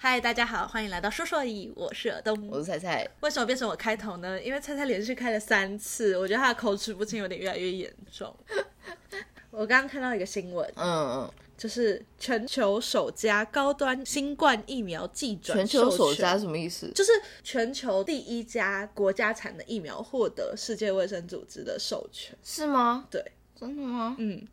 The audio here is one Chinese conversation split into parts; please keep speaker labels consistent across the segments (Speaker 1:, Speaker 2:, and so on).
Speaker 1: 嗨，大家好，欢迎来到说说椅，我是尔东。
Speaker 2: 我是菜菜，
Speaker 1: 为什么变成我开头呢？因为菜菜连续开了三次，我觉得她的口齿不清有点越来越严重。我刚刚看到一个新闻，
Speaker 2: 嗯嗯，
Speaker 1: 就是全球首家高端新冠疫苗技转
Speaker 2: 全球首
Speaker 1: 授权
Speaker 2: 家什么意思？
Speaker 1: 就是全球第一家国家产的疫苗获得世界卫生组织的授权。
Speaker 2: 是吗？
Speaker 1: 对，
Speaker 2: 真的吗？
Speaker 1: 嗯，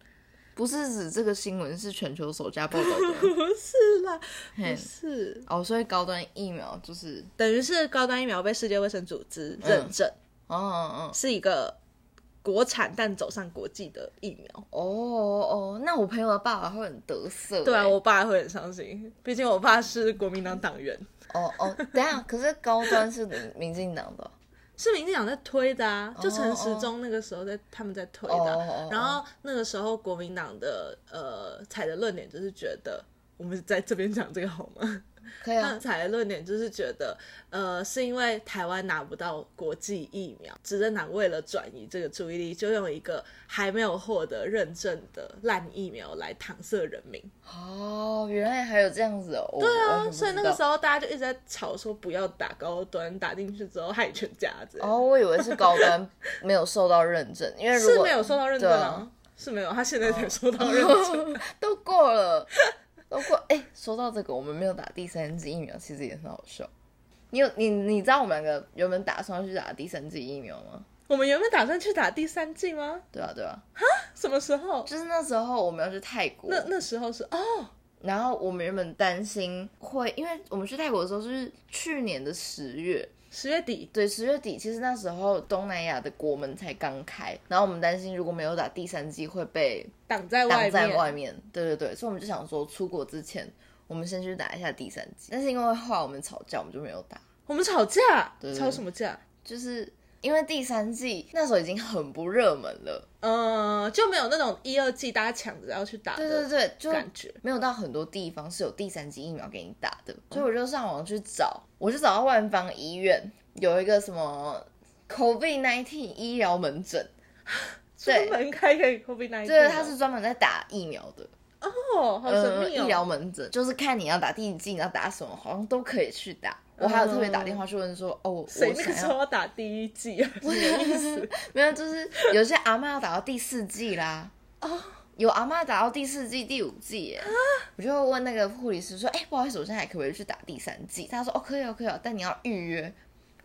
Speaker 2: 不是指这个新闻是全球首家报道 的
Speaker 1: 不是啦，
Speaker 2: 嘿
Speaker 1: 不是，
Speaker 2: 哦，所以高端疫苗就是，
Speaker 1: 等于是高端疫苗被世界卫生组织认证，
Speaker 2: 哦哦
Speaker 1: 是一个国产但走上国际的疫苗。
Speaker 2: 哦哦，那我朋友的爸爸会很得瑟欸、
Speaker 1: 对啊，我爸会很伤心，毕竟我爸是国民党党员，
Speaker 2: 哦哦，等一下，可是高端是民 民进党的哦，
Speaker 1: 是民进党在推的啊，就陈时
Speaker 2: 哦
Speaker 1: 中那个时候在他们在推的啊、
Speaker 2: 哦哦哦
Speaker 1: 然后那个时候国民党的呃采的论点就是觉得，我们在这边讲这个好吗？
Speaker 2: 可以啊
Speaker 1: 刚，才的论点就是觉得，呃，是因为台湾拿不到国际疫苗，执政党为了转移这个注意力，就用一个还没有获得认证的烂疫苗来搪塞人民。
Speaker 2: 哦，原来还有这样子哦，对
Speaker 1: 对啊，所以那个时
Speaker 2: 候。
Speaker 1: 候大家就一直在吵说不要打高端，打进去之后害全家子。
Speaker 2: 哦，我以为是高端没有受到认证，因为如
Speaker 1: 是
Speaker 2: 果
Speaker 1: 没有受到认证
Speaker 2: 对
Speaker 1: 啊
Speaker 2: 啊，哦
Speaker 1: 是没有，他现在才受到认证。
Speaker 2: 都过了，都过。哎、说到这个，我们没有打第三剂疫苗，其实也很好笑。你有你你知道我们两个原本打算去打第三剂疫苗吗？
Speaker 1: 我们原本打算去打第三剂吗？
Speaker 2: 对啊对啊，
Speaker 1: 什么时候？
Speaker 2: 就是那时候我们要去泰国
Speaker 1: 那，那时候是哦，
Speaker 2: 然后我们原本担心会，因为我们去泰国的时候是去年的十月，
Speaker 1: 十月底。
Speaker 2: 对，十月底，其实那时候东南亚的国门才刚开，然后我们担心如果没有打第三剂会被
Speaker 1: 挡在外
Speaker 2: 挡
Speaker 1: 面，
Speaker 2: 在外面。对对对，所以我们就想说，出国之前我们先去打一下第三季。但是因为后来我们吵架，我们就没有打。
Speaker 1: 我们吵架，
Speaker 2: 对
Speaker 1: 吵什么架？
Speaker 2: 就是因为第三季那时候已经很不热门了，
Speaker 1: 呃，就没有那种一二季大家抢着要去打
Speaker 2: 对对
Speaker 1: 的
Speaker 2: 对，就
Speaker 1: 感觉。嗯
Speaker 2: 没有到很多地方是有第三季疫苗给你打的，所以我就上网去找，我就找到万方医院有一个什么 COVID nineteen 医疗门诊，
Speaker 1: 专门开给 COVID 1 9
Speaker 2: 对，它是专门在打疫苗的。
Speaker 1: 哦，好神秘
Speaker 2: 呃医疗
Speaker 1: 哦。
Speaker 2: 门诊，就是看你要打第一剂，你要打什么，好像都可以去打。我还有特别打电话去问说，哦，我
Speaker 1: 嗯谁那个
Speaker 2: 想
Speaker 1: 时候
Speaker 2: 要
Speaker 1: 要打第一季啊？什么意思？
Speaker 2: 没有，就是有些阿嬷要打到第四季啦。哦，有阿嬷打到第四季、第五季
Speaker 1: 啊
Speaker 2: 耶。我就问那个护理师说，哎、不好意思，我现在还可不可以去打第三季？他说，哦，可以哦，可以哦，但你要预约。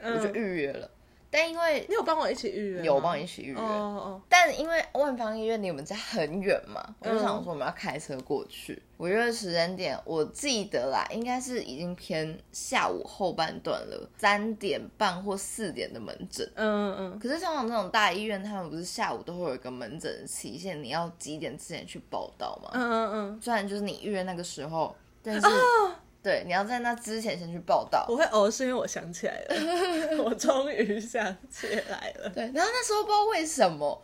Speaker 2: 我就
Speaker 1: 嗯，
Speaker 2: 预约了，但因为
Speaker 1: 你有帮我一起预约吗？
Speaker 2: 有帮你一起预约。
Speaker 1: 哦哦，
Speaker 2: 但因为万方医院离我们家很远嘛，我就想
Speaker 1: 嗯
Speaker 2: 说我们要开车过去。我约的时间点我记得啦，应该是已经偏下午后半段了，三点半或四点的门诊。
Speaker 1: 嗯嗯
Speaker 2: 可是像那种大医院，他们不是下午都会有一个门诊期限，你要几点之前去报到吗？
Speaker 1: 嗯啊嗯嗯，
Speaker 2: 虽然就是你预约那个时候，但是、对你要在那之前先去报到。
Speaker 1: 我会哦，是因为我想起来 了，我终于想起来了。
Speaker 2: 对，然后那时候不知道为什么，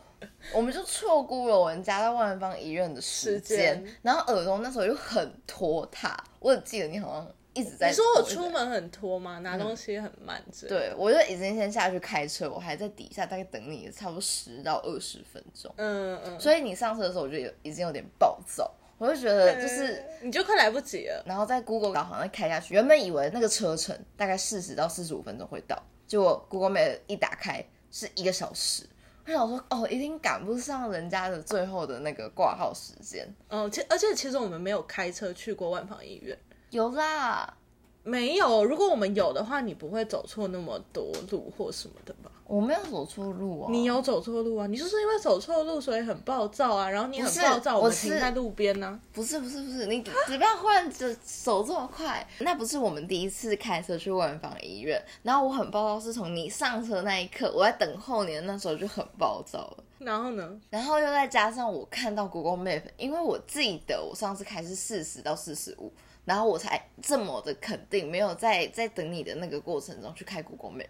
Speaker 2: 我们就错过了我们家到万方医院的时
Speaker 1: 时
Speaker 2: 间
Speaker 1: 间。
Speaker 2: 然后耳东那时候又很拖沓，我也记得你好像一直在
Speaker 1: 你
Speaker 2: 拖
Speaker 1: 说
Speaker 2: 着。
Speaker 1: 我出门很拖吗？拿东西很慢之类的，
Speaker 2: 嗯对，我就已经先下去开车，我还在底下大概等你差不多十到二十分钟。
Speaker 1: 嗯嗯，
Speaker 2: 所以你上车的时候，我就有已经有点暴躁，我就觉得就是。
Speaker 1: 嗯你就快来不及了。
Speaker 2: 然后在 Google 导航再开下去，原本以为那个车程大概四十到四十五分钟会到，结果 Google Map 一打开是一个小时。我想说，哦，一定赶不上人家的最后的那个挂号时间。
Speaker 1: 嗯，其而且其实我们没有开车去过万方医院。
Speaker 2: 有啦，
Speaker 1: 没有，如果我们有的话，你不会走错那么多路或什么的吧？
Speaker 2: 我没有走错路啊。
Speaker 1: 你有走错路啊？你就是因为走错路，所以很暴躁啊，然后你很
Speaker 2: 不是
Speaker 1: 暴躁，我
Speaker 2: 我
Speaker 1: 们
Speaker 2: 是
Speaker 1: 停在路边啊呢、
Speaker 2: 不是不是不是，你只不要忽然就手这么快，那不是我们第一次开车去万方医院。然后我很暴躁，是从你上车那一刻，我在等候你的那时候就很暴躁了。
Speaker 1: 然后呢？
Speaker 2: 然后又再加上我看到 Google Map，因为我记得我上次开是四十到四十五，然后我才这么的肯定，没有在在等你的那个过程中去开 Google Map。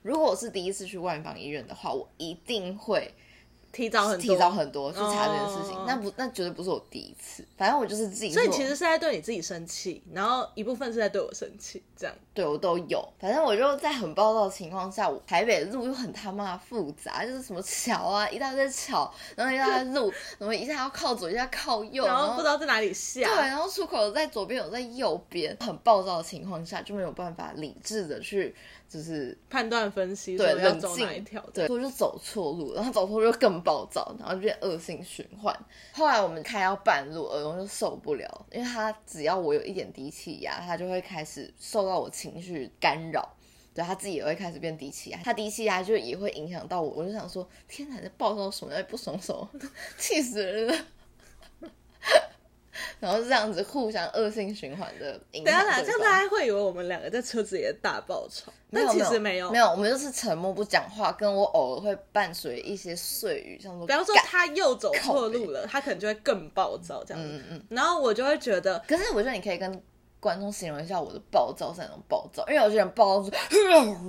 Speaker 2: 如果我是第一次去万方医院的话，我一定会
Speaker 1: 提早很多，
Speaker 2: 提早很多去查这件事情。
Speaker 1: 哦
Speaker 2: 那不，那绝对不是我第一次。反正我就是自己做，
Speaker 1: 所以你其实是在对你自己生气，然后一部分是在对我生气，这样。
Speaker 2: 对我都有。反正我就在很暴躁的情况下，我台北的路又很他妈的复杂，就是什么桥啊，一大堆桥，然后一大堆路，然后一下要靠左，一下靠右，
Speaker 1: 然
Speaker 2: 然
Speaker 1: 后不知道在哪里下，
Speaker 2: 对，然后出口在左边，有在右边，很暴躁的情况下就没有办法理智的去，就是
Speaker 1: 判断分析说
Speaker 2: 对
Speaker 1: 要
Speaker 2: 冷
Speaker 1: 走
Speaker 2: 静
Speaker 1: 哪一条，
Speaker 2: 对，所以我就走错路，然后走错路就更暴躁，然后就变恶性循环。后来我们开到半路，耳聋就受不了，因为他只要我有一点低气压，他就会开始受到我情绪干扰。对他自己也会开始变低气压，他低气压就也会影响到我。我就想说，天哪，你在暴躁什么？不爽什么？ 气死人了！ 然后是这样子互相恶性循环的影响。
Speaker 1: 等一下啦，啊这样大家会以为我们两个在车子里的大爆吵，
Speaker 2: 没
Speaker 1: 但
Speaker 2: 有
Speaker 1: 其实
Speaker 2: 没
Speaker 1: 有。
Speaker 2: 没有，我们就是沉默不讲话，跟我偶尔会伴随一些碎语，像说，
Speaker 1: 比方说
Speaker 2: 干
Speaker 1: 他又走错路了，他可能就会更暴躁这样
Speaker 2: 嗯
Speaker 1: 子。然后我就会觉得，
Speaker 2: 可是我觉得你可以跟观众形容一下我的暴躁是哪种暴躁，因为有些人暴躁是，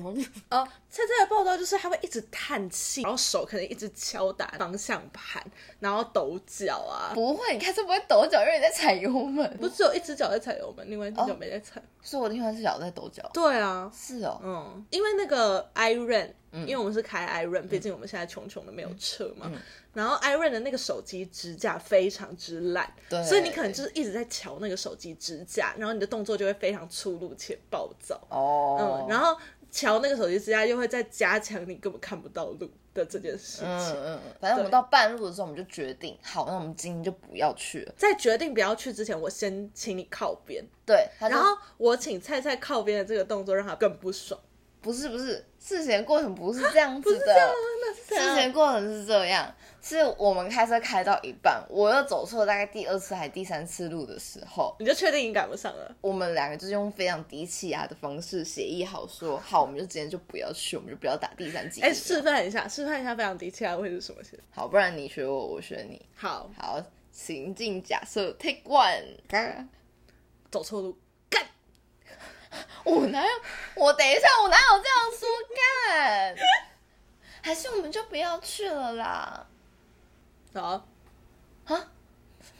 Speaker 1: 哦，菜菜的暴躁就是他会一直叹气，然后手可能一直敲打方向盘，然后抖脚啊。
Speaker 2: 不会，你看这不会抖脚，因为你在踩油门，
Speaker 1: 不是只有一只脚在踩油门，另外一只
Speaker 2: 哦
Speaker 1: 脚没在踩。
Speaker 2: 是我的天花是脚在抖脚，
Speaker 1: 对啊，
Speaker 2: 是哦，
Speaker 1: 嗯，因为那个 Iron，、因为
Speaker 2: 嗯
Speaker 1: 我们是开 Iron，毕竟我们现在穷穷的没有车嘛。然后 Iron 的那个手机支架非常之烂，
Speaker 2: 对
Speaker 1: 所以你可能就是一直在瞧那个手机支架，然后你的动作就会非常粗鲁且暴躁。
Speaker 2: 哦
Speaker 1: 嗯，，然后瞧那个手机支架又会再加强你根本看不到路的这件事情。
Speaker 2: 嗯嗯，嗯反正我们
Speaker 1: 对
Speaker 2: 到半路的时候，我们就决定，好，那我们今天就不要去了。
Speaker 1: 在决定不要去之前，我先请你靠边，
Speaker 2: 对，他就
Speaker 1: 然后我请菜菜靠边的这个动作让他更不爽。
Speaker 2: 不是不是，事前过程不是这样子的，
Speaker 1: 那是
Speaker 2: 事前过程是这样，是我们开车开到一半，我又走错大概第二次还第三次路的时候，
Speaker 1: 你就确定你赶不上了？
Speaker 2: 我们两个就是用非常低气压的方式协议好说，好，我们就今天就不要去，我们就不要打第三季。
Speaker 1: 哎，示范一下，示范一下非常低气压会是什么先？
Speaker 2: 好，不然你学我，我学你。
Speaker 1: 好，
Speaker 2: 好，情境假设 take one，嘎
Speaker 1: 走错路，干！
Speaker 2: 我哪有？我等一下，我哪有这样说干？ 还是我们就不要去了啦？
Speaker 1: 好，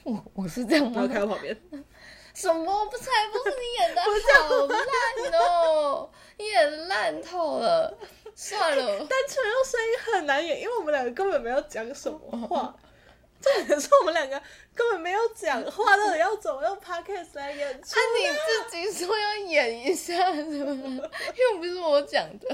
Speaker 2: 我我是这样
Speaker 1: 然后
Speaker 2: 吗？
Speaker 1: 开到旁 边，
Speaker 2: 什么？不才 不是你演的好烂哦，你演烂透了。算 了，
Speaker 1: 单纯用声音很难演，因为我们两个根本没有讲什么 话。重点是我们两个根本没有讲话，到底要怎么用 podcast 来演出？
Speaker 2: 那你自己说要演一下的， 又不是我讲的。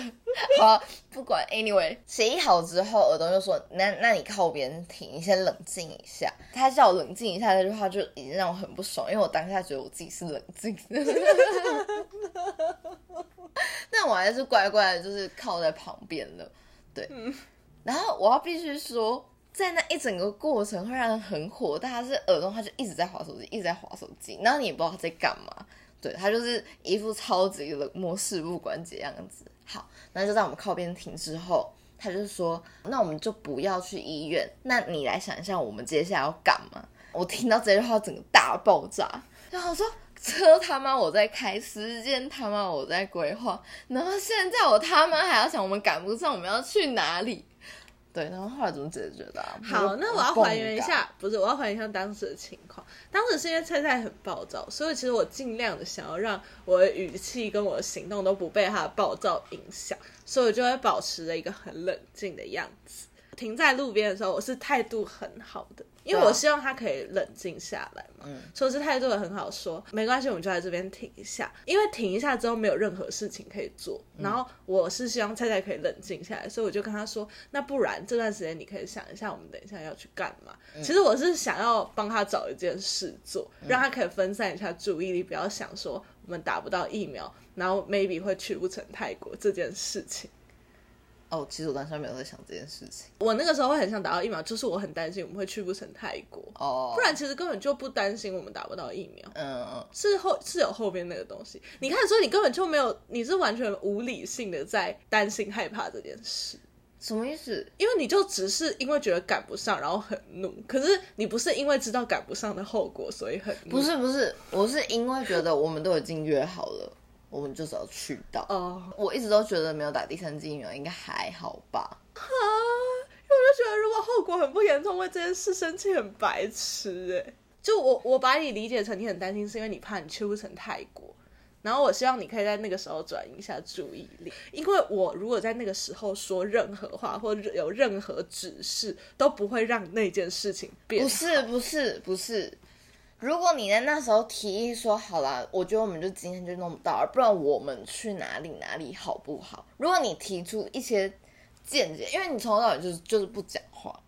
Speaker 2: 好，不管，anyway，协议好之后，耳东就说：“那那你靠边停，你先冷静一下。”他叫我冷静一下这句话就已经让我很不爽，因为我当下觉得我自己是冷静的， 但我还是乖乖的，就是靠在旁边了。对，然后我要必须说。在那一整个过程会让人很火大，是耳东他就一直在划手机，一直在划手机，然后你也不知道他在干嘛，对他就是一副超级冷漠、事不关己的样子。好，那就在我们靠边停之后，他就说：“那我们就不要去医院，那你来想一下我们接下来要干嘛？”我听到这句话，整个大爆炸。然后我说：“车他妈我在开，时间他妈我在规划，然后现在我他妈还要想我们赶不上，我们要去哪里？”对，然后后来怎么解决的啊、
Speaker 1: 好，
Speaker 2: 就
Speaker 1: 那我要还原一，下，不是，我要还原一下当时的情况。当时是因为菜菜很暴躁，所以其实我尽量的想要让我的语气跟我的行动都不被他的暴躁影响，所以我就会保持着一个很冷静的样子。停在路边的时候，我是态度很好的，因为
Speaker 2: 对啊
Speaker 1: 我希望他可以冷静下来嘛。
Speaker 2: 嗯
Speaker 1: 所以我是态度很好说，没关系，我们就在这边停一下，因为停一下之后没有任何事情可以做。然后我是希望菜菜可以冷静下来，所以我就跟他说，那不然这段时间你可以想一下，我们等一下要去干嘛。其实我是想要帮他找一件事做，让他可以分散一下注意力，不要想说我们打不到疫苗，然后 maybe 会去不成泰国这件事情。
Speaker 2: 哦，其实我当时没有在想这件事情
Speaker 1: 我那个时候会很想打到疫苗，就是我很担心我们会去不成泰国，
Speaker 2: 哦，
Speaker 1: 不然其实根本就不担心我们打不到疫苗。
Speaker 2: 嗯嗯。
Speaker 1: 是后是有后边那个东西。你看，所以你根本就没有，你是完全无理性的在担心害怕这件事，
Speaker 2: 什么意思？
Speaker 1: 因为你就只是因为觉得赶不上，然后很怒。可是你不是因为知道赶不上的后果，所以很怒
Speaker 2: 不是不是，我是因为觉得我们都已经约好了，我们就是要去到。呃
Speaker 1: 哦。
Speaker 2: 我一直都觉得没有打第三剂疫苗应该还好吧？
Speaker 1: 因为我就觉得，如果后后果很不严重，为这件事生气很白痴哎、就我我把你理解成你很担心，是因为你怕你去不成泰国，然后我希望你可以在那个时候转移一下注意力，因为我如果在那个时候说任何话或者有任何指示，都不会让那件事情变
Speaker 2: 不是不是不是，如果你在那时候提议说好啦，我觉得我们就今天就弄不到了，不然我们去哪里哪里好不好？如果你提出一些见解，因为你从头到尾就是就是不讲话，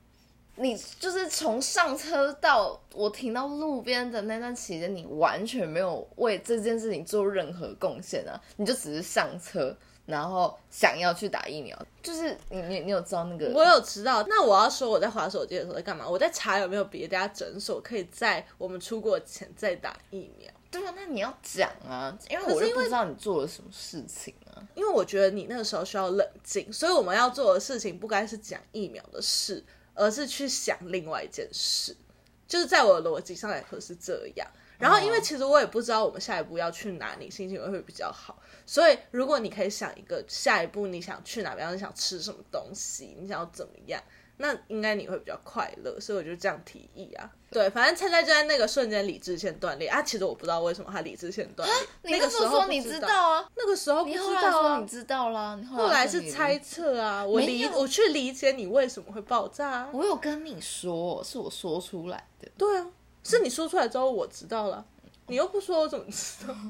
Speaker 2: 你就是从上车到我停到路边的那段期间，你完全没有为这件事情做任何贡献啊，你就只是上车。然后想要去打疫苗，就是你你你有知道那个
Speaker 1: 我有知道，那我要说我在划手机的时候在干嘛？我在查有没有别家诊所可以在我们出国前再打疫苗，
Speaker 2: 对啊，那你要讲啊，因为我就不知道你做了什么事情啊。
Speaker 1: 因为我觉得你那个时候需要冷静，所以我们要做的事情不该是讲疫苗的事，而是去想另外一件事。就是在我的逻辑上来说是这样。然后，因为其实我也不知道我们下一步要去哪里，心情会比较好。所以，如果你可以想一个下一步你想去哪边，你想吃什么东西，你想要怎么样，那应该你会比较快乐。所以我就这样提议啊。对，反正菜菜就在那个瞬间理智线断裂啊。其实我不知道为什么他理智线断裂，那个
Speaker 2: 那
Speaker 1: 时
Speaker 2: 时候
Speaker 1: 候
Speaker 2: 说
Speaker 1: 不
Speaker 2: 你
Speaker 1: 知
Speaker 2: 知
Speaker 1: 道，
Speaker 2: 道啊，
Speaker 1: 那个时候不
Speaker 2: 你
Speaker 1: 知
Speaker 2: 后来
Speaker 1: 道
Speaker 2: 说
Speaker 1: 啊
Speaker 2: 你。知道啦，你后
Speaker 1: 后来
Speaker 2: 来说
Speaker 1: 是
Speaker 2: 你
Speaker 1: 猜。测啊，我
Speaker 2: 没
Speaker 1: 理
Speaker 2: 有
Speaker 1: 我去理解你为什么会爆炸、啊。
Speaker 2: 我有跟你说，是我说出来的。
Speaker 1: 对啊，是你说出来之后我知道了，你又不说我怎么知道？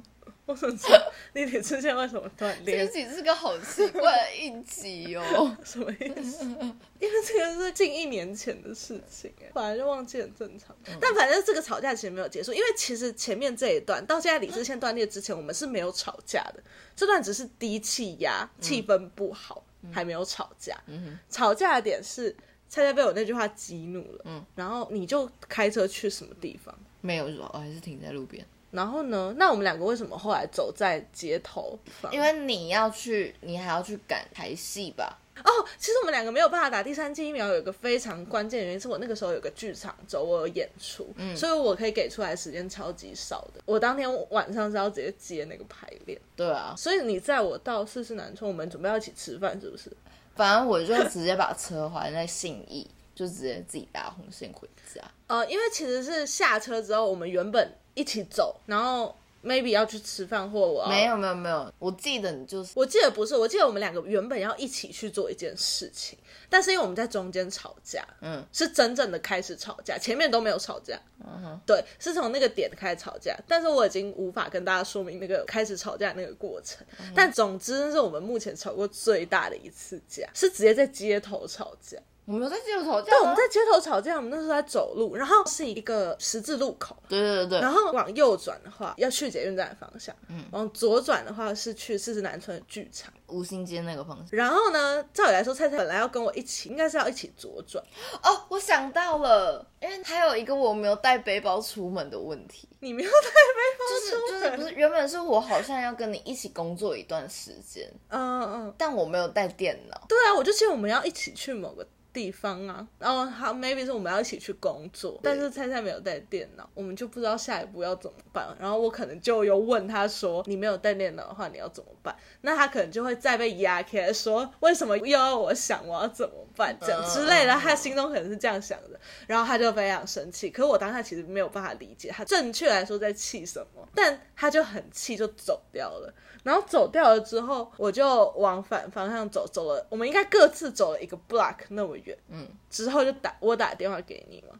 Speaker 1: 我怎么知道 你理智线为什么断
Speaker 2: 这一
Speaker 1: 裂？
Speaker 2: 集是个好奇怪的一集哦。
Speaker 1: 什么意思？
Speaker 2: 嗯
Speaker 1: 因为这个是近一年前的事情，哎，本来就忘记很正常。
Speaker 2: 嗯
Speaker 1: 但反正这个吵架其实没有结束，因为其实前面这一段到现在理智线断裂之前，我们是没有吵架的，这段只是低气压，气氛不好，还没有吵架。
Speaker 2: 嗯
Speaker 1: 吵架的点是菜菜被我那句话激怒了，
Speaker 2: 嗯
Speaker 1: 然后你就开车去什么地方？
Speaker 2: 哼， 没有，我还是停在路边，
Speaker 1: 然后呢？那我们两个为什么后来走在街头上？
Speaker 2: 因为你要去，你还要去赶台戏吧？
Speaker 1: 哦，其实我们两个没有办法打第三剂疫苗，有一个非常关键的原因是我那个时候有个剧场周，我有演出，
Speaker 2: 嗯
Speaker 1: 所以我可以给出来的时间超级少的。我当天晚上是要直接接那个排练，
Speaker 2: 对啊，
Speaker 1: 所以你在我到四世南村，我们准备要一起吃饭，是不是？
Speaker 2: 反正我就直接把车还在信义，就直接自己搭红线回家。
Speaker 1: 呃，因为其实是下车之后，我们原本一起走，然后 maybe 要去吃饭或我要
Speaker 2: 没有没有没有，我记得你就是
Speaker 1: 我记得不是，我记得我们两个原本要一起去做一件事情，但是因为我们在中间吵架，
Speaker 2: 嗯，
Speaker 1: 是真正的开始吵架，前面都没有吵架，
Speaker 2: 嗯哼，
Speaker 1: 对，是从那个点开始吵架，但是我已经无法跟大家说明那个开始吵架那个过程。
Speaker 2: 嗯
Speaker 1: 但总之，那是我们目前吵过最大的一次架，是直接在街头吵架。
Speaker 2: 我们有在街头吵架
Speaker 1: 对，我
Speaker 2: 吗
Speaker 1: 们在街头吵架，我们那时候在走路，然后是一个十字路口，
Speaker 2: 对对对对
Speaker 1: 然后往右转的话要去捷运站的方向，嗯，往左转的话是去四十南村的剧场。
Speaker 2: 五星街那个方向。
Speaker 1: 然后呢，照理来说，菜菜本来要跟我一起，应该是要一起左转。
Speaker 2: 哦，我想到了，因为还有一个我没有带背包出门的问题，
Speaker 1: 你没有带背包
Speaker 2: 就是
Speaker 1: 出
Speaker 2: 就
Speaker 1: 门，
Speaker 2: 是不是原本是我好像要跟你一起工作一段时间，
Speaker 1: 嗯嗯，
Speaker 2: 但我没有带电脑。
Speaker 1: 对啊，我就记得我们要一起去某个地方啊，然后好 maybe 是我们要一起去工作，但是菜菜没有带电脑，我们就不知道下一步要怎么办。然后我可能就有问他说，你没有带电脑的话，你要怎么办？那他可能就会再被压起来说，为什么又要我想我要怎么办这样之类的，
Speaker 2: 嗯
Speaker 1: 他心中可能是这样想的，然后他就非常生气。可是我当下其实没有办法理解他正确来说在气什么，但他就很气就走掉了。然后走掉了之后，我就往反方向走，走了，我们应该各自走了一个 block 那么远。
Speaker 2: 嗯，
Speaker 1: 之后就打我打电话给你嘛，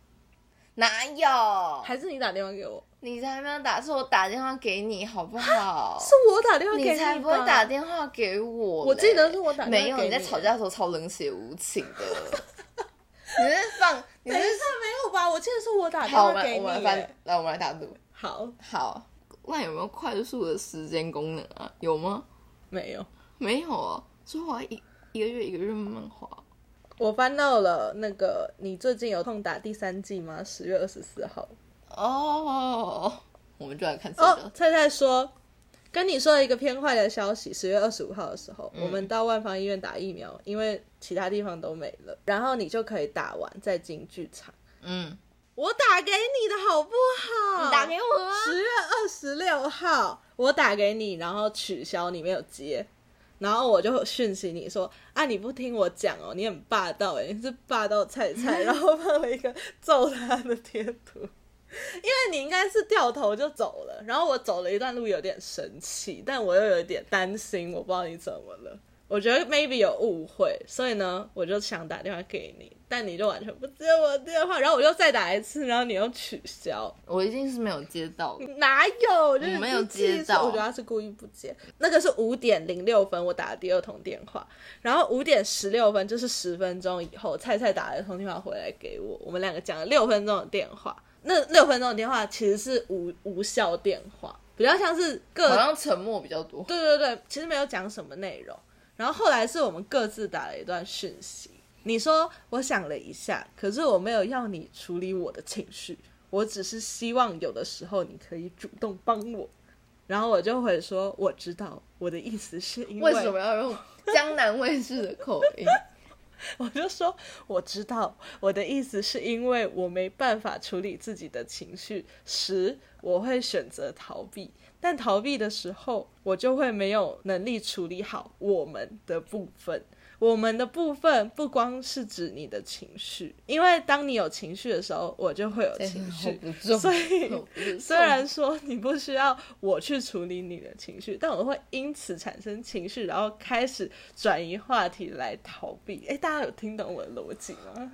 Speaker 2: 哪有？
Speaker 1: 还是你打电话给我？
Speaker 2: 你才没有打，是我打电话给你，好不好？
Speaker 1: 是我打电话给
Speaker 2: 你
Speaker 1: 吧
Speaker 2: 才不会打。电话给我嘞。
Speaker 1: 我记得是我打电话
Speaker 2: 没有，
Speaker 1: 给
Speaker 2: 你在
Speaker 1: 你
Speaker 2: 吵架的时候超冷血无情的。 你是放，你
Speaker 1: 等一下
Speaker 2: 是
Speaker 1: 没有吧？我记得是我打电
Speaker 2: 好，我
Speaker 1: 话
Speaker 2: 们
Speaker 1: 给
Speaker 2: 我们
Speaker 1: 你
Speaker 2: 翻
Speaker 1: 耶。
Speaker 2: 来，我们来打赌。
Speaker 1: 好，
Speaker 2: 好，那有没有快速的时间功能啊？有吗？
Speaker 1: 没有，
Speaker 2: 没有啊，所以我要一一个月一个月慢慢花。
Speaker 1: 我翻到了那个，你最近有空打第三季吗？十月二十四号。
Speaker 2: 哦，我们就来看这个。
Speaker 1: 哦，菜菜说，跟你说了一个偏坏的消息，十月二十五号的时
Speaker 2: 嗯
Speaker 1: 候，我们到万方医院打疫苗，因为其他地方都没了，然后你就可以打完再进剧场。
Speaker 2: 嗯，
Speaker 1: 我打给你的好不好？
Speaker 2: 你打给我啊
Speaker 1: 十月二十六号，我打给你，然后取消，你没有接。然后我就讯息你说啊，你不听我讲哦，你很霸道哎，你是霸道菜菜，然后放了一个揍他的贴图，因为你应该是掉头就走了，然后我走了一段路有点生气，但我又有点担心，我不知道你怎么了，我觉得 maybe 有误会，所以呢，我就想打电话给你，但你就完全不接我的电话，然后我又再打一次，然后你又取消，
Speaker 2: 我一定是没有接到的。
Speaker 1: 哪有？我
Speaker 2: 我没有接到
Speaker 1: 我觉得他是故意不接。那个是五点零六分我打的第二通电话，然后五点十六分就是十分钟以后，菜菜打了一通电话回来给我，我们两个讲了六分钟的电话。那六分钟的电话其实是无无效电话，比较像是各
Speaker 2: 好像沉默比较多。
Speaker 1: 对对对，其实没有讲什么内容。然后后来是我们各自打了一段讯息，你说我想了一下，可是我没有要你处理我的情绪，我只是希望有的时候你可以主动帮我。然后我就会说，我知道我的意思是因为
Speaker 2: 为什么要用江南卫视的口音？
Speaker 1: 我就说我知道，我的意思是因为我没办法处理自己的情绪时，我会选择逃避。但逃避的时候，我就会没有能力处理好我们的部分。我们的部分不光是指你的情绪，因为当你有情绪的时候，我就会有情
Speaker 2: 好
Speaker 1: 绪。
Speaker 2: 不重，
Speaker 1: 所以
Speaker 2: 好不重
Speaker 1: 虽然说你不需要我去处理你的情绪，但我会因此产生情绪，然后开始转移话题来逃避。哎，大家有听懂我的逻辑吗？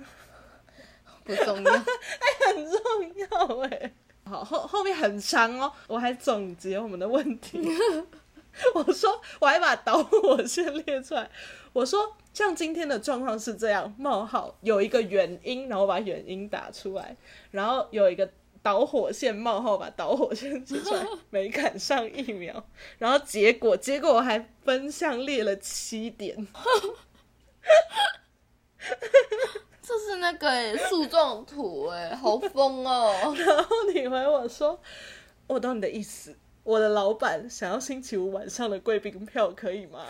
Speaker 2: 不重要，
Speaker 1: 很 重要哎、好，后后面很长哦，我还总结我们的问题。 我说，我还把导火线列出来。我说，像今天的状况是这样：冒号有一个原因，然后我把原因打出来，然后有一个导火线冒号把导火线写出来，没赶上疫苗，然后结果结果我还分项列了七点。
Speaker 2: 这是那个欸诉状图 哎，好疯哦！
Speaker 1: 然后你回我说，我懂你的意思。我的老板想要星期五晚上的贵宾票，可以吗？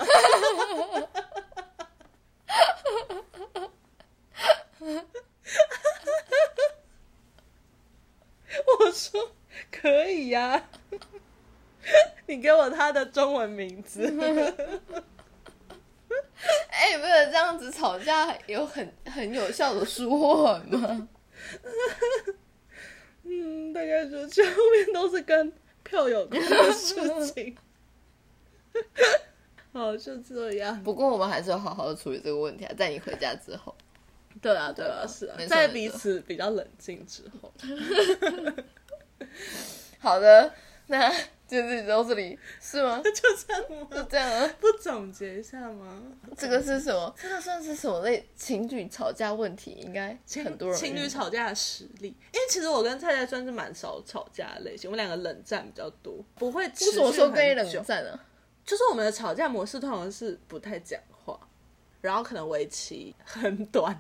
Speaker 1: 我说可以呀、你给我他的中文名字。
Speaker 2: 哎、你不觉得这样子吵架有很很有效的舒缓吗？
Speaker 1: 嗯，大概就这后面都是跟票有关的事情。好，就这样。
Speaker 2: 不过我们还是有好好的处理这个问题啊，在你回家之后，
Speaker 1: 对啊，对
Speaker 2: 啊
Speaker 1: 啊，是啊
Speaker 2: 没，错
Speaker 1: 在
Speaker 2: 没
Speaker 1: 彼
Speaker 2: 错
Speaker 1: 此比较冷静之 后，
Speaker 2: 好的，那 就自己到这里是吗？
Speaker 1: 就这样
Speaker 2: 就
Speaker 1: 吗？
Speaker 2: 这样啊，
Speaker 1: 不总结一下吗？
Speaker 2: 这个是什么？这个算是什么类情侣吵架问题？应该很多人
Speaker 1: 情侣
Speaker 2: 遇到
Speaker 1: 吵架的实力，因为其实我跟菜菜算是蛮少吵架的类型，我们两个冷战比较多，不会持
Speaker 2: 为
Speaker 1: 续
Speaker 2: 什么说跟你
Speaker 1: 很久
Speaker 2: 冷。战啊？
Speaker 1: 就是我们的吵架模式通常是不太讲话，然后可能为期很短，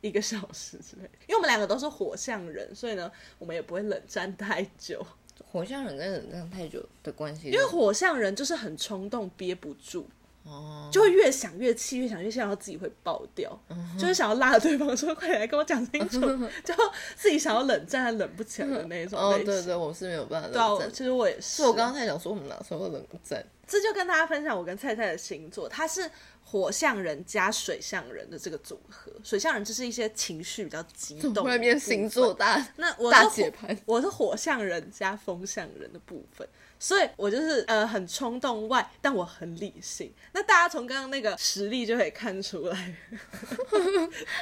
Speaker 1: 一个小时之类的。因为我们两个都是火象人，所以呢，我们也不会冷战太久。
Speaker 2: 火象人跟冷战太久的关系是，
Speaker 1: 因为火象人就是很冲动，憋不住，
Speaker 2: 哦，
Speaker 1: 就会越想越气，越想越气，然后自己会爆掉，
Speaker 2: 嗯
Speaker 1: 就会想要拉着对方说：“快点来跟我讲清 楚。”就自己想要冷战，还冷不起来的那一种
Speaker 2: 哦
Speaker 1: 类型。
Speaker 2: 对对，我是没有办法
Speaker 1: 对啊
Speaker 2: 冷战。
Speaker 1: 其实我也是。
Speaker 2: 是我刚刚在想说我们哪时候冷战？
Speaker 1: 这就跟大家分享我跟菜菜的星座，他是火象人加水象人的这个组合。水象人就是一些情绪比较激动，
Speaker 2: 突然变星。座大
Speaker 1: 那我
Speaker 2: 大
Speaker 1: 是火
Speaker 2: 解盘，
Speaker 1: 我是火象人加风象人的部分，所以我就是呃很冲动外，但我很理性。那大家从刚刚那个实力就可以看出来，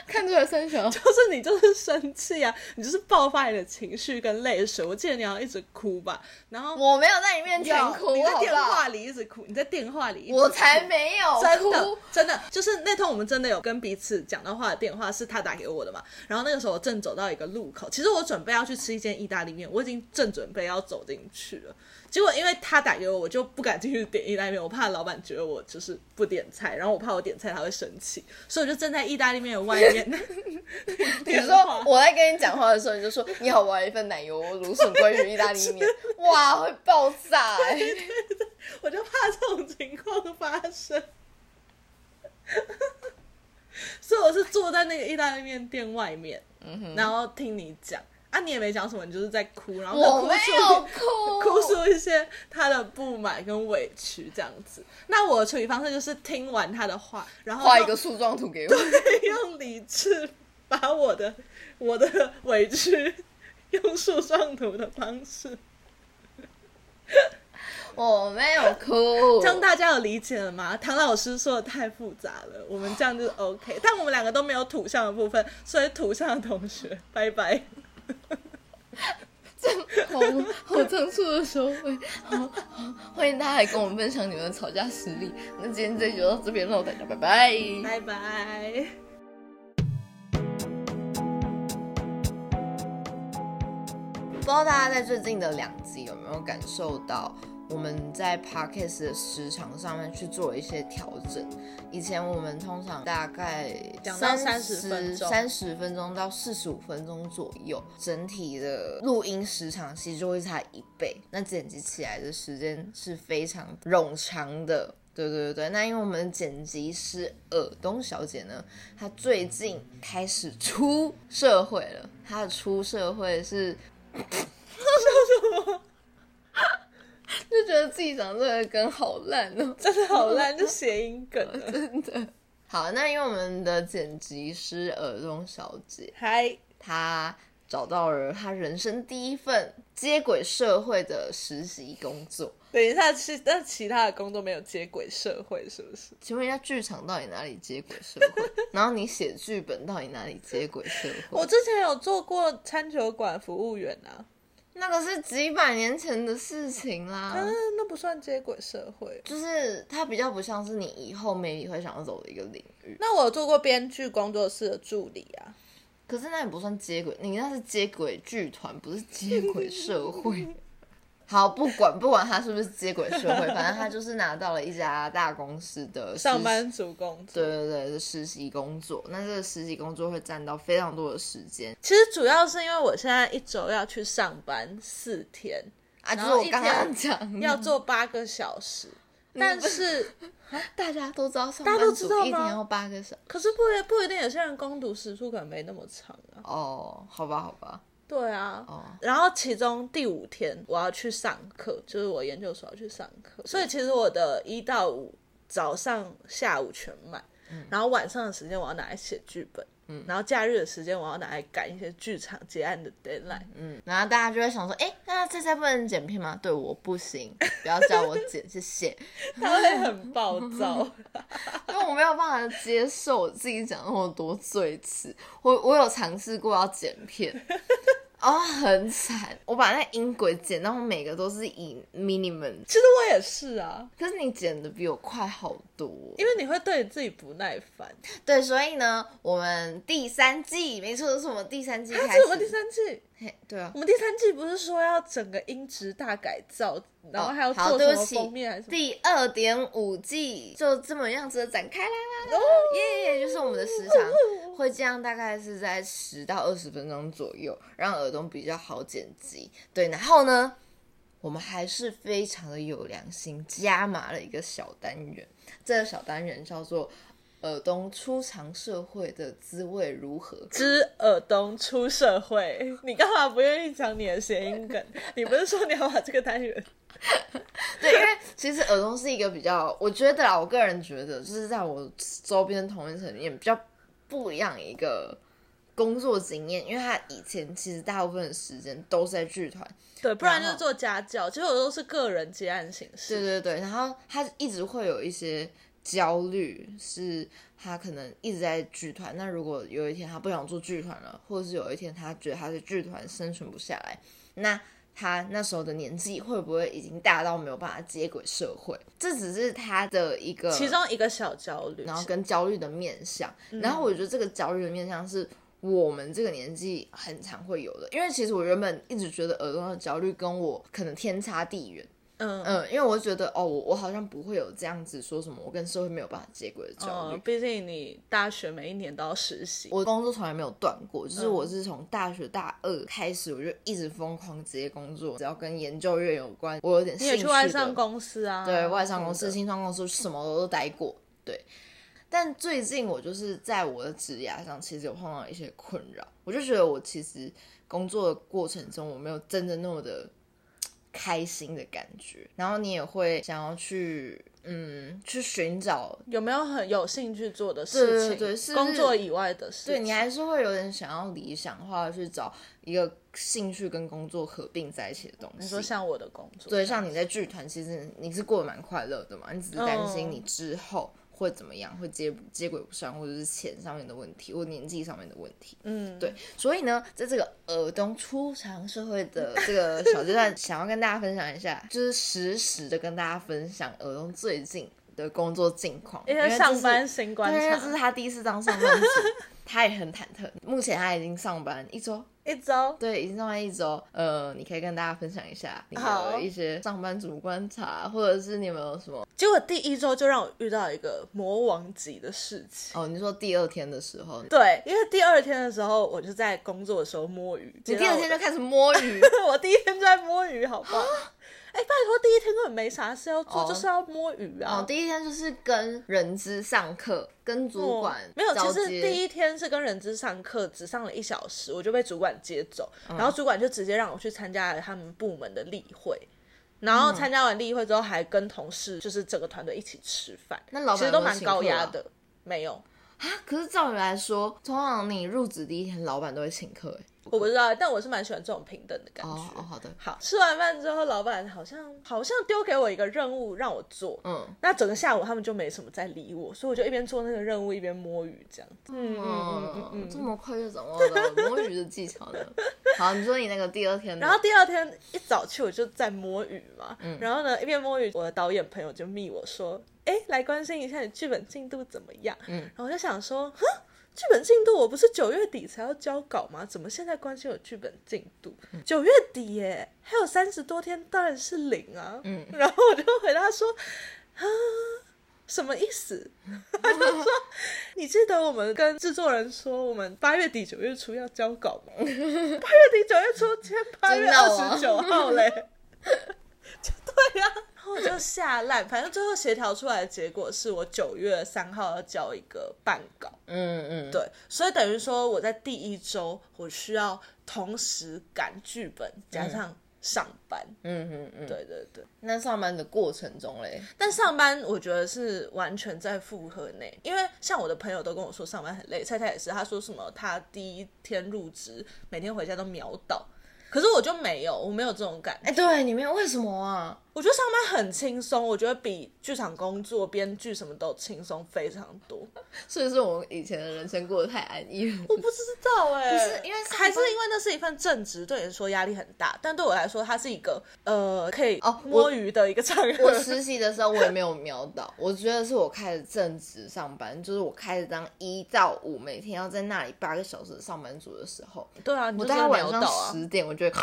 Speaker 2: 看出来三小，
Speaker 1: 就是你就是生气啊，你就是爆发你的情绪跟泪水。我记得你要一直哭吧，然后
Speaker 2: 我没有在你面前
Speaker 1: 有
Speaker 2: 哭，
Speaker 1: 你在
Speaker 2: 好不
Speaker 1: 电
Speaker 2: 好？
Speaker 1: 话里一直哭，你在电话里一直
Speaker 2: 我
Speaker 1: 哭
Speaker 2: 才没有
Speaker 1: 真的
Speaker 2: 哭，
Speaker 1: 真的，就是那通我们真的有跟彼此讲到话的电话是他打给我的嘛。然后那个时候我正走到一个路口，其实我准备要去吃一间意大利面，我已经正准备要走进去了。结果因为他打给我，我就不敢进去点意大利面，我怕老板觉得我就是不点菜，然后我怕我点菜他会生气，所以我就站在意大利面的外面。
Speaker 2: 你
Speaker 1: 你
Speaker 2: 说我在跟你讲话的时候，你就说你好，我要一份奶油芦笋鲑鱼意大利 面，哇，会爆炸哎、
Speaker 1: 我就怕这种情况发生。
Speaker 2: 嗯
Speaker 1: 所以我是坐在那个意大利面店外面，然后听你讲啊，啊，你也没讲什么，你就是在哭，然后
Speaker 2: 我
Speaker 1: 哭
Speaker 2: 没有
Speaker 1: 出
Speaker 2: 哭，
Speaker 1: 哭诉一些他的不满跟委屈这样子。那我的处理方式就是听完他的话，然后
Speaker 2: 画一
Speaker 1: 用
Speaker 2: 个树状图给我。
Speaker 1: 用理智把我的我的委屈 用树状图的方式，
Speaker 2: 我没有哭，
Speaker 1: 这样大家有理解了吗？唐老师说的太复杂了，我们这样就是 OK。但我们两个都没有土象的部分，所以土象的同学， 拜拜。
Speaker 2: 好好仓促的时候会，好好欢迎大家来跟我们分享你们的吵架实力。那今天这集就到这边喽，大家拜拜。
Speaker 1: 拜拜。
Speaker 2: 不知道大家在最近的两集有没有感受到我们在 podcast 的时长上面去做一些调整？以前我们通常大概
Speaker 1: 讲到30分钟
Speaker 2: 三十分钟到四十五分钟左右，整体的录音时长其实就会差一倍。那剪辑起来的时间是非常冗长的。对对对对，那因为我们剪辑师尔东小姐呢，她最近开始出社会了。她的出社会是 就觉得自己讲这个梗好烂哦。
Speaker 1: 真的好烂，就谐音梗了。
Speaker 2: 好，那因为我们的剪辑师耳东小姐，
Speaker 1: 嗨，
Speaker 2: 她找到了她人生第一份接轨社会的实习工作。
Speaker 1: 等一下，其但其他的工作没有接轨社会，是不是？
Speaker 2: 请问一下，剧场到底哪里接轨社会？然后你写剧本到底哪里接轨社
Speaker 1: 我
Speaker 2: 会？
Speaker 1: 之前有做过餐酒馆服务员啊，
Speaker 2: 那个是几百年前的事情啦。
Speaker 1: 嗯，那不算接轨社会。
Speaker 2: 就是它比较不像是你以后 maybe 会想要走的一个领域，
Speaker 1: 那我有做过编剧工作室的助理啊，
Speaker 2: 可是那也不算接轨，你那是接轨剧团，不是接轨社会。 好，不管不管他是不是接轨社 会，反正他就是拿到了一家大公司的实习
Speaker 1: 上班族工作。
Speaker 2: 对对对，是实习工作。那这个实习工作会占到非常多的时间
Speaker 1: 其实主要是因为我现在一周要去上班四天，
Speaker 2: 啊，就
Speaker 1: 然
Speaker 2: 是
Speaker 1: 后
Speaker 2: 我刚刚讲，
Speaker 1: 要做八个小时，
Speaker 2: 嗯
Speaker 1: 但是
Speaker 2: 大家都知道上
Speaker 1: 大
Speaker 2: 班
Speaker 1: 家都知
Speaker 2: 族
Speaker 1: 道吗
Speaker 2: 一天要八个小时
Speaker 1: 可是不一不一定，有些人攻读时数可能没那么长啊。
Speaker 2: 哦，好吧好吧，
Speaker 1: 对啊，
Speaker 2: 哦
Speaker 1: 然后其中第五天我要去上课，就是我研究所要去上课，所以其实我的一到五早上、下午全满，
Speaker 2: 嗯
Speaker 1: 然后晚上的时间我要拿来写剧本，嗯，然后假日的时间我要拿来赶一些剧场结案的 deadline，、
Speaker 2: 嗯，然后大家就会想说，哎，那这家不能剪片吗？对，我不行，不要叫我剪，谢谢。
Speaker 1: 他会很暴 躁。
Speaker 2: 因为我没有办法接受我自己讲那么多罪词，我我有尝试过要剪片，啊、很惨，我把那音轨剪到每个都是以 minimum，
Speaker 1: 其实我也是啊，
Speaker 2: 可是你剪的比我快好多。
Speaker 1: 因为你会对你自己不耐烦。
Speaker 2: 对，所以呢，我们第三季，没错，是我们第三季
Speaker 1: 他
Speaker 2: 开
Speaker 1: 是我们第
Speaker 2: 始，
Speaker 1: 三季，
Speaker 2: 嘿，对啊
Speaker 1: 我，们第三季不是说要整个音质大改造，然后还要
Speaker 2: 哦好
Speaker 1: 做
Speaker 2: 对
Speaker 1: 什
Speaker 2: 不
Speaker 1: 么
Speaker 2: 起
Speaker 1: 封面还是什么？
Speaker 2: 第二点五季就这么样子的展开啦啦啦
Speaker 1: 哦
Speaker 2: 耶就是我们的时长会这样，大概是在十到二十分钟左右，让耳东比较好剪辑。对，然后呢，我们还是非常的有良心，加码了一个小单元，这个小单元叫做。耳东初尝社会的滋味如何？
Speaker 1: 之耳东出社会，你干嘛不愿意讲你的谐音梗？你不是说你要把这个单元？
Speaker 2: 对，因为其实耳东是一个比较，我觉得啦，我个人觉得，就是在我周边的同龄层里面比较不一样一个工作经验，因为他以前其实大部分的时间都是在剧团，
Speaker 1: 对，不然就
Speaker 2: 然
Speaker 1: 是
Speaker 2: 后
Speaker 1: 做家教，其实我都是个人接案形
Speaker 2: 对
Speaker 1: 式。
Speaker 2: 对对，然后他一直会有一些焦虑，是他可能一直在剧团，那如果有一天他不想做剧团了，或者是有一天他觉得他在剧团生存不下来，那。他那时候的年纪会不会已经大到没有办法接轨社会？这只是他的一个
Speaker 1: 其中一个小焦虑，
Speaker 2: 然后跟焦虑的面相。然
Speaker 1: 嗯
Speaker 2: 后我觉得这个焦虑的面相是我们这个年纪很常会有的，因为其实我原本一直觉得耳朵的焦虑跟我可能天差地远。
Speaker 1: 嗯
Speaker 2: 嗯，因为我觉得哦，我我好像不会有这样子说什么，我跟社会没有办法接轨的焦虑。
Speaker 1: 嗯，毕竟你大学每一年都要实习，
Speaker 2: 我工作从来没有断过，就是我
Speaker 1: 嗯
Speaker 2: 是从大学大二开始，我就一直疯狂接工作，只要跟研究院有关，我有点
Speaker 1: 你
Speaker 2: 兴
Speaker 1: 也
Speaker 2: 趣
Speaker 1: 去
Speaker 2: 的
Speaker 1: 外商公司啊，
Speaker 2: 对外商公司、
Speaker 1: 什么的
Speaker 2: 新创公司什么都待过。对，但最近我就是在我的职涯上，其实有碰到一些困扰，我就觉得我其实工作的过程中，我没有真的那么的开心的感觉。然后你也会想要去，嗯，去寻找，
Speaker 1: 有没有很有兴趣做的事情？
Speaker 2: 对对对是不是
Speaker 1: 工作以外的事情。
Speaker 2: 对你还是会有点想要理想化，去找一个兴趣跟工作合并在一起的东西。
Speaker 1: 你说像我的工作，
Speaker 2: 对，像你在剧团，其实你是过得蛮快乐的嘛，你只是担心
Speaker 1: 嗯
Speaker 2: 你之后会怎么样，会接不接轨不上，或者是钱上面的问题，或年纪上面的问题。
Speaker 1: 嗯，
Speaker 2: 对，所以呢，在这个耳东初尝社会的这个小阶段， 想要跟大家分享一下，就是实时的跟大家分享耳东最近的工作近况，因
Speaker 1: 因
Speaker 2: 为
Speaker 1: 为
Speaker 2: 这
Speaker 1: 上
Speaker 2: 是
Speaker 1: 班新观
Speaker 2: 对，因为这是
Speaker 1: 察，
Speaker 2: 他第一次当上班族，他也很忐忑。目前他已经上班一周，
Speaker 1: 一周
Speaker 2: 对，已经上班一周。呃，你可以跟大家分享一下你的
Speaker 1: 好
Speaker 2: 一些上班族观察，或者是你们有什么？
Speaker 1: 结果第一周就让我遇到一个魔王级的事情。
Speaker 2: 哦，你说第二天的时候，
Speaker 1: 对，因为第二天的时候，我就在工作的时候摸鱼。
Speaker 2: 你
Speaker 1: 接
Speaker 2: 第
Speaker 1: 到
Speaker 2: 二
Speaker 1: 我
Speaker 2: 天
Speaker 1: 的
Speaker 2: 就开始摸 鱼，
Speaker 1: 我第一天就在摸鱼，好不好？哎、拜托，第一天根本没啥事要做，
Speaker 2: 哦
Speaker 1: 就是要摸鱼啊。
Speaker 2: 哦，第一天就是跟人资上课，跟主管、
Speaker 1: 哦没有，
Speaker 2: 交
Speaker 1: 其
Speaker 2: 接。
Speaker 1: 实第一天是跟人资上课，只上了一小时，我就被主管接走，然
Speaker 2: 嗯
Speaker 1: 后主管就直接让我去参加了他们部门的例会。然
Speaker 2: 嗯
Speaker 1: 后参加完例会之后，还跟同事就是整个团队一起吃饭，
Speaker 2: 那老
Speaker 1: 其
Speaker 2: 板
Speaker 1: 实
Speaker 2: 有
Speaker 1: 都
Speaker 2: 没有
Speaker 1: 蛮
Speaker 2: 请
Speaker 1: 高
Speaker 2: 客
Speaker 1: 压
Speaker 2: 啊
Speaker 1: 的。没有，
Speaker 2: 啊，可是照理来说，通常你入职第一天，老板都会请客、欸。
Speaker 1: 我不知道，但我是蛮喜欢这种平等的感觉。
Speaker 2: 哦哦，好的，
Speaker 1: 好，吃完饭之后，老板好像好像丢给我一个任务让我做，
Speaker 2: 嗯
Speaker 1: 那整个下午他们就没什么在理我，所以我就一边做那个任务一边摸鱼这样。嗯
Speaker 2: 嗯嗯，这么快就掌握 到摸鱼的技巧呢？好，你说你那个第二天的，嗯
Speaker 1: 然后第二天一早去我就在摸鱼嘛，然后呢一边摸鱼，我的导演朋友就密我说，哎，来关心一下你剧本进度怎么样？
Speaker 2: 嗯
Speaker 1: 然后我就想说，哼，剧本进度我不是九月底才要交稿吗？怎么现在关心我剧本进度？
Speaker 2: 嗯
Speaker 1: 九、月底耶，还有三十多天，当然是零啊。
Speaker 2: 嗯
Speaker 1: 然后我就回答说，啊。什么意思？他就说：“你记得我们跟制作人说，我们八月底九月初要交稿 吗？八月底九月初，今天八月
Speaker 2: 真的
Speaker 1: 二
Speaker 2: 哦
Speaker 1: 十九号 嘞。”对呀、然后我就下烂，反正最后协调出来的结果是我九月三号要交一个半稿，
Speaker 2: 嗯嗯，
Speaker 1: 对，所以等于说我在第一周我需要同时赶剧本加上上班，
Speaker 2: 嗯嗯嗯，
Speaker 1: 对对对。
Speaker 2: 那上班的过程中嘞，
Speaker 1: 但上班我觉得是完全在负荷内，因为像我的朋友都跟我说上班很累，菜菜也是，他说什么他第一天入职每天回家都秒倒，可是我就没有，我没有这种感觉。
Speaker 2: 哎、对，你们为什么啊？
Speaker 1: 我觉得上班很轻松，我觉得比剧场工作、编剧什么都轻松非常多。
Speaker 2: 所以说我以前的人生过得太安逸了。
Speaker 1: 我不知道哎、
Speaker 2: 不是因为上班
Speaker 1: 还是因为那是一份正职，对你来说压力很大，但对我来说，它是一个呃可以
Speaker 2: 哦我
Speaker 1: 摸鱼的一个场合。
Speaker 2: 我实习的时候我也没有瞄到，我觉得是我开始正职上班，就是我开始当一到五每天要在那里八个小时的上班族的时候，
Speaker 1: 对啊，你
Speaker 2: 我
Speaker 1: 就
Speaker 2: 大
Speaker 1: 是
Speaker 2: 概晚
Speaker 1: 秒
Speaker 2: 上
Speaker 1: 到啊，
Speaker 2: 十点，我觉得，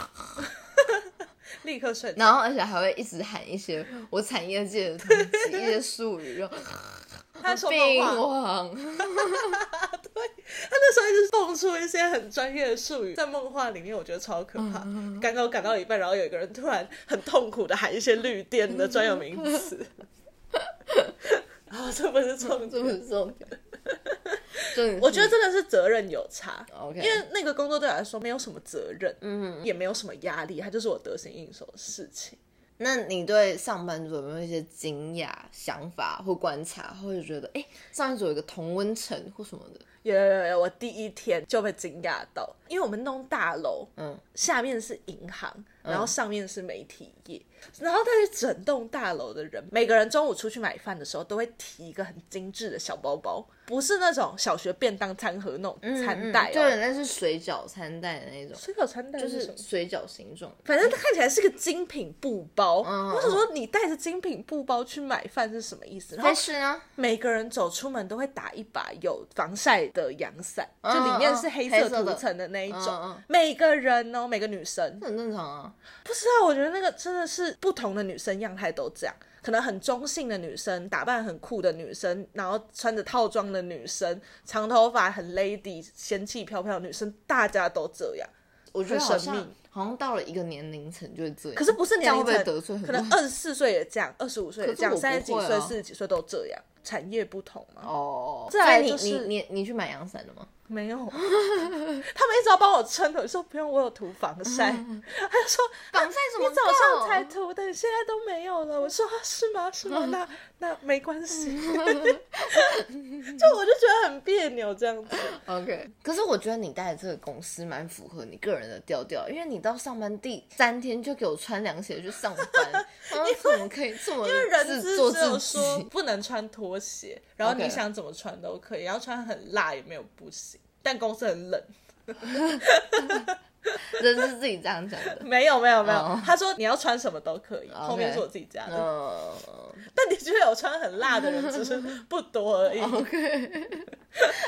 Speaker 1: 立刻睡着。
Speaker 2: 然后而且还会一直喊一些我产业界的东西，一些术语，就
Speaker 1: 他说
Speaker 2: 病啊
Speaker 1: 梦话，
Speaker 2: 王，
Speaker 1: 他那时候一直蹦出一些很专业的术语，在梦话里面我觉得超可
Speaker 2: 嗯
Speaker 1: 怕。刚刚我赶到一半，然后有一个人突然很痛苦的喊一些绿电的专有名词。然后这不是重
Speaker 2: 这
Speaker 1: 点
Speaker 2: 不，是重点，重点是
Speaker 1: 我觉得真的是责任有差。
Speaker 2: OK，
Speaker 1: 因为那个工作对我来说没有什么责任，
Speaker 2: 嗯，
Speaker 1: 也没有什么压力，它就是我得心应手的事情。
Speaker 2: 那你对上班族有没有一些惊讶、想法或观察，或者觉得哎、诶上班族有一个同温层或什么的？
Speaker 1: 有有有有，我第一天就被惊讶到，因为我们那栋大楼
Speaker 2: 嗯，
Speaker 1: 下面是银行，然后上面是媒体业，然后但是整栋大楼的人，每个人中午出去买饭的时候都会提一个很精致的小包包，不是那种小学便当餐盒那种餐袋
Speaker 2: 嗯嗯
Speaker 1: 哦，
Speaker 2: 对，那是水饺餐袋的那种，
Speaker 1: 水饺餐袋
Speaker 2: 就是
Speaker 1: 什么
Speaker 2: 是水饺形状。
Speaker 1: 反正它看起来是个精品布包，
Speaker 2: 嗯
Speaker 1: 我想说你带着精品布包去买饭是什么意思？然后
Speaker 2: 但是呢，
Speaker 1: 每个人走出门都会打一把有防晒的阳伞，就
Speaker 2: 嗯
Speaker 1: 里面是
Speaker 2: 嗯
Speaker 1: 黑
Speaker 2: 黑
Speaker 1: 色
Speaker 2: 色
Speaker 1: 涂
Speaker 2: 的
Speaker 1: 层的那一
Speaker 2: 嗯
Speaker 1: 种
Speaker 2: 嗯。
Speaker 1: 每个人哦，每个女生
Speaker 2: 这很正常啊。
Speaker 1: 不知道，我觉得那个真的是不同的女生样态都这样，可能很中性的女生，打扮很酷的女生，然后穿着套装的女生，长头发很 lady、仙气飘飘的女生，大家都这样。
Speaker 2: 我觉得
Speaker 1: 很
Speaker 2: 好
Speaker 1: 神
Speaker 2: 像
Speaker 1: 秘
Speaker 2: 好像到了一个年龄层就会这样。
Speaker 1: 可是不是
Speaker 2: 这
Speaker 1: 年
Speaker 2: 样
Speaker 1: 龄
Speaker 2: 会不
Speaker 1: 层
Speaker 2: 会得罪很
Speaker 1: 可
Speaker 2: 多
Speaker 1: 能
Speaker 2: 人？
Speaker 1: 二十四岁也这样，二十五岁也这样，
Speaker 2: 可是
Speaker 1: 三十
Speaker 2: 我不
Speaker 1: 几
Speaker 2: 会啊
Speaker 1: 岁、四十几岁都这样，产业不同嘛。
Speaker 2: 哦，
Speaker 1: 再来
Speaker 2: 所以
Speaker 1: 就是
Speaker 2: 你你你你去买阳伞了吗？
Speaker 1: 没有， 他们一直要帮我撑的，我说不用，我有涂防晒。他就说
Speaker 2: 防晒嗯怎么
Speaker 1: 你早上才
Speaker 2: 够
Speaker 1: 涂的，现在都没有 了。我说啊是吗？是吗？那那没关系。 就我就觉得很别扭这样子。
Speaker 2: OK，可是我觉得你带的这个公司蛮符合你个人的调调，因为你到上班第三天就给我穿凉鞋去上 班，然后怎么可以这么
Speaker 1: 因为人
Speaker 2: 自
Speaker 1: 资
Speaker 2: 做
Speaker 1: 只有
Speaker 2: 自
Speaker 1: 说
Speaker 2: 己？
Speaker 1: 不能穿拖鞋，然后
Speaker 2: OK
Speaker 1: 你想怎么穿都可以，然后穿很辣也没有不行。但公司很冷，
Speaker 2: 人是自己这样讲 的。
Speaker 1: 没有没有没有。
Speaker 2: 哦
Speaker 1: 他说你要穿什么都可以，后面是我自己加的。
Speaker 2: 呃
Speaker 1: 但的确有穿很辣的人，只是不多而已。
Speaker 2: 哦，OK，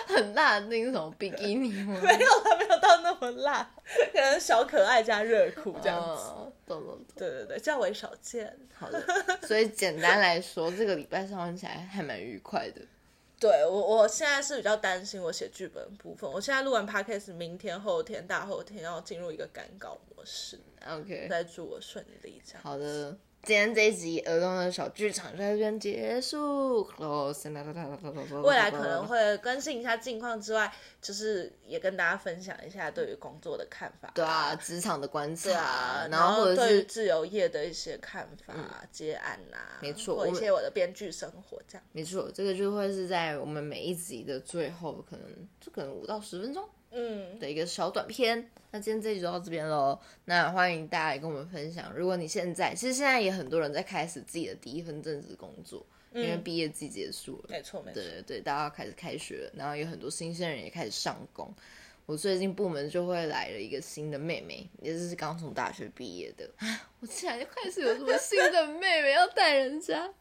Speaker 2: 很辣的那个什么比基尼吗？
Speaker 1: 没有啦，没有到那么辣， 可能小可爱加热裤这样子。
Speaker 2: 嗯懂懂懂。
Speaker 1: 对对对，较为少见。
Speaker 2: 好的，所以简单来说，这个礼拜上班起来还蛮愉快的。
Speaker 1: 对我，我现在是比较担心我写剧本的部分。我现在录完 podcast，明天、后天、大后天要进入一个赶稿模式。
Speaker 2: OK，
Speaker 1: 再祝我顺利，这样。
Speaker 2: 好的，今天这一集儿童的小剧场就在这边结束。Close，
Speaker 1: 未来可能会更新一下近况之外，就是也跟大家分享一下对于工作的看法。
Speaker 2: 对啊，，职场的观察，
Speaker 1: 对啊，
Speaker 2: 然后或者
Speaker 1: 对于
Speaker 2: 是嗯
Speaker 1: 自由业的一些看法、接案呐、
Speaker 2: 没错
Speaker 1: 或
Speaker 2: 我
Speaker 1: 一
Speaker 2: 们
Speaker 1: 些我的编剧生活这样。
Speaker 2: 没错，这个就会是在我们每一集的最后，可能就可能五到十分钟
Speaker 1: 嗯，
Speaker 2: 的一个小短片。那今天这集就到这边喽。那欢迎大家来跟我们分享，如果你现在其实现在也很多人在开始自己的第一份正职工作，因为毕业季结束了，
Speaker 1: 没错没错
Speaker 2: 对。对对，大家要开始开学了，然后有很多新鲜人也开始上工。我最近部门就会来了一个新的妹妹，也就是刚从大学毕业的。啊我竟然就开始有什么新的妹妹要带人家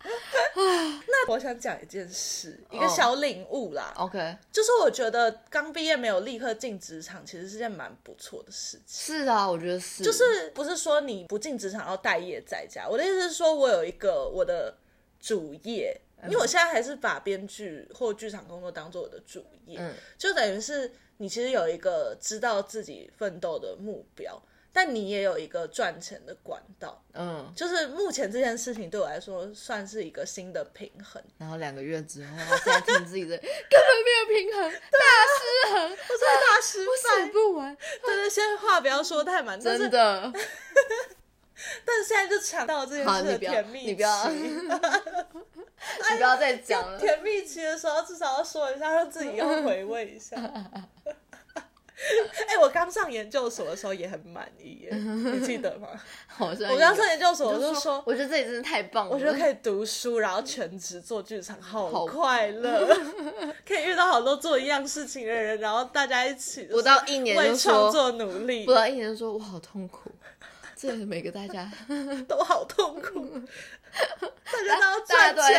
Speaker 1: 那我想讲一件事，一个小领悟啦。
Speaker 2: ？OK，
Speaker 1: 就是我觉得刚毕业没有立刻进职场，其实是件蛮不错的事情。
Speaker 2: 是啊，我觉得是，就
Speaker 1: 就是不是说你不进职场要待业在家？我的意思是说，我有一个我的主业，因为我现在还是把编剧或剧场工作当做我的主业，就等于是你其实有一个知道自己奋斗的目标，但你也有一个赚钱的管道。
Speaker 2: 嗯，
Speaker 1: 就是目前这件事情对我来说算是一个新的平衡。
Speaker 2: 然后两个月之后，我现在听自己的 根本没有平衡，大失衡，
Speaker 1: 我真的大失败
Speaker 2: 我死，不完，
Speaker 1: 对对，现在话不要说太满，但
Speaker 2: 真
Speaker 1: 是
Speaker 2: 的。
Speaker 1: 但是现在就尝到这件
Speaker 2: 好，
Speaker 1: 事
Speaker 2: 你
Speaker 1: 的
Speaker 2: 不要，
Speaker 1: 甜蜜期，
Speaker 2: 你 不要，你不要再讲了。
Speaker 1: 甜蜜期的时候，至少要说一下，让自己要回味一 下。哎、我刚上研究所的时候也很满意 耶，你记得吗？
Speaker 2: 好像
Speaker 1: 我
Speaker 2: 有
Speaker 1: 刚上研究所，我
Speaker 2: 我
Speaker 1: 就
Speaker 2: 哎就
Speaker 1: 说
Speaker 2: 说，，我觉得这里真的太棒了，
Speaker 1: 我觉得可以读书，然后全职做剧场，好
Speaker 2: 好
Speaker 1: 快乐， 可以遇到好多做一样事情的人，然后大家一 起，
Speaker 2: 不到一年
Speaker 1: 为
Speaker 2: 就说
Speaker 1: 创，作努力
Speaker 2: 不，到一年就说我好痛苦，这里每个大家
Speaker 1: 都好痛 苦。大家都要
Speaker 2: 大家
Speaker 1: 赚
Speaker 2: 都
Speaker 1: 钱，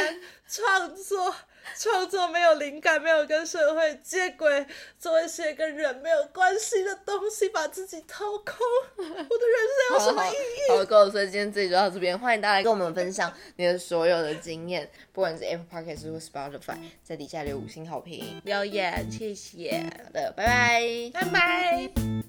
Speaker 1: 创作，创作没有灵感，没有跟社会接轨，做一些跟人没有关系的东西，把自己掏空。我的人生有
Speaker 2: 好
Speaker 1: 什
Speaker 2: 了
Speaker 1: 么
Speaker 2: 好
Speaker 1: 意义？
Speaker 2: 好够了，所以今天这里就到这边，欢迎大家跟我们分享你的所有的经验，不管是 Apple Podcast 或 Spotify，在底下留五星好评。
Speaker 1: 留言，谢谢，
Speaker 2: 好的，拜拜。
Speaker 1: 拜拜。